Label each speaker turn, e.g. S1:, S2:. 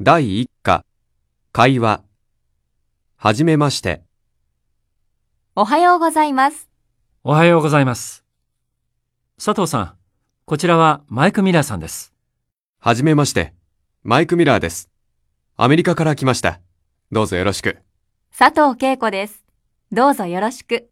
S1: 第一課、会話。はじめまして。
S2: おはようございます。
S3: おはようございます。佐藤さん、こちらはマイク・ミラーさんです。
S1: はじめまして。マイク・ミラーです。アメリカから来ました。どうぞよろしく。
S2: 佐藤恵子です。どうぞよろしく。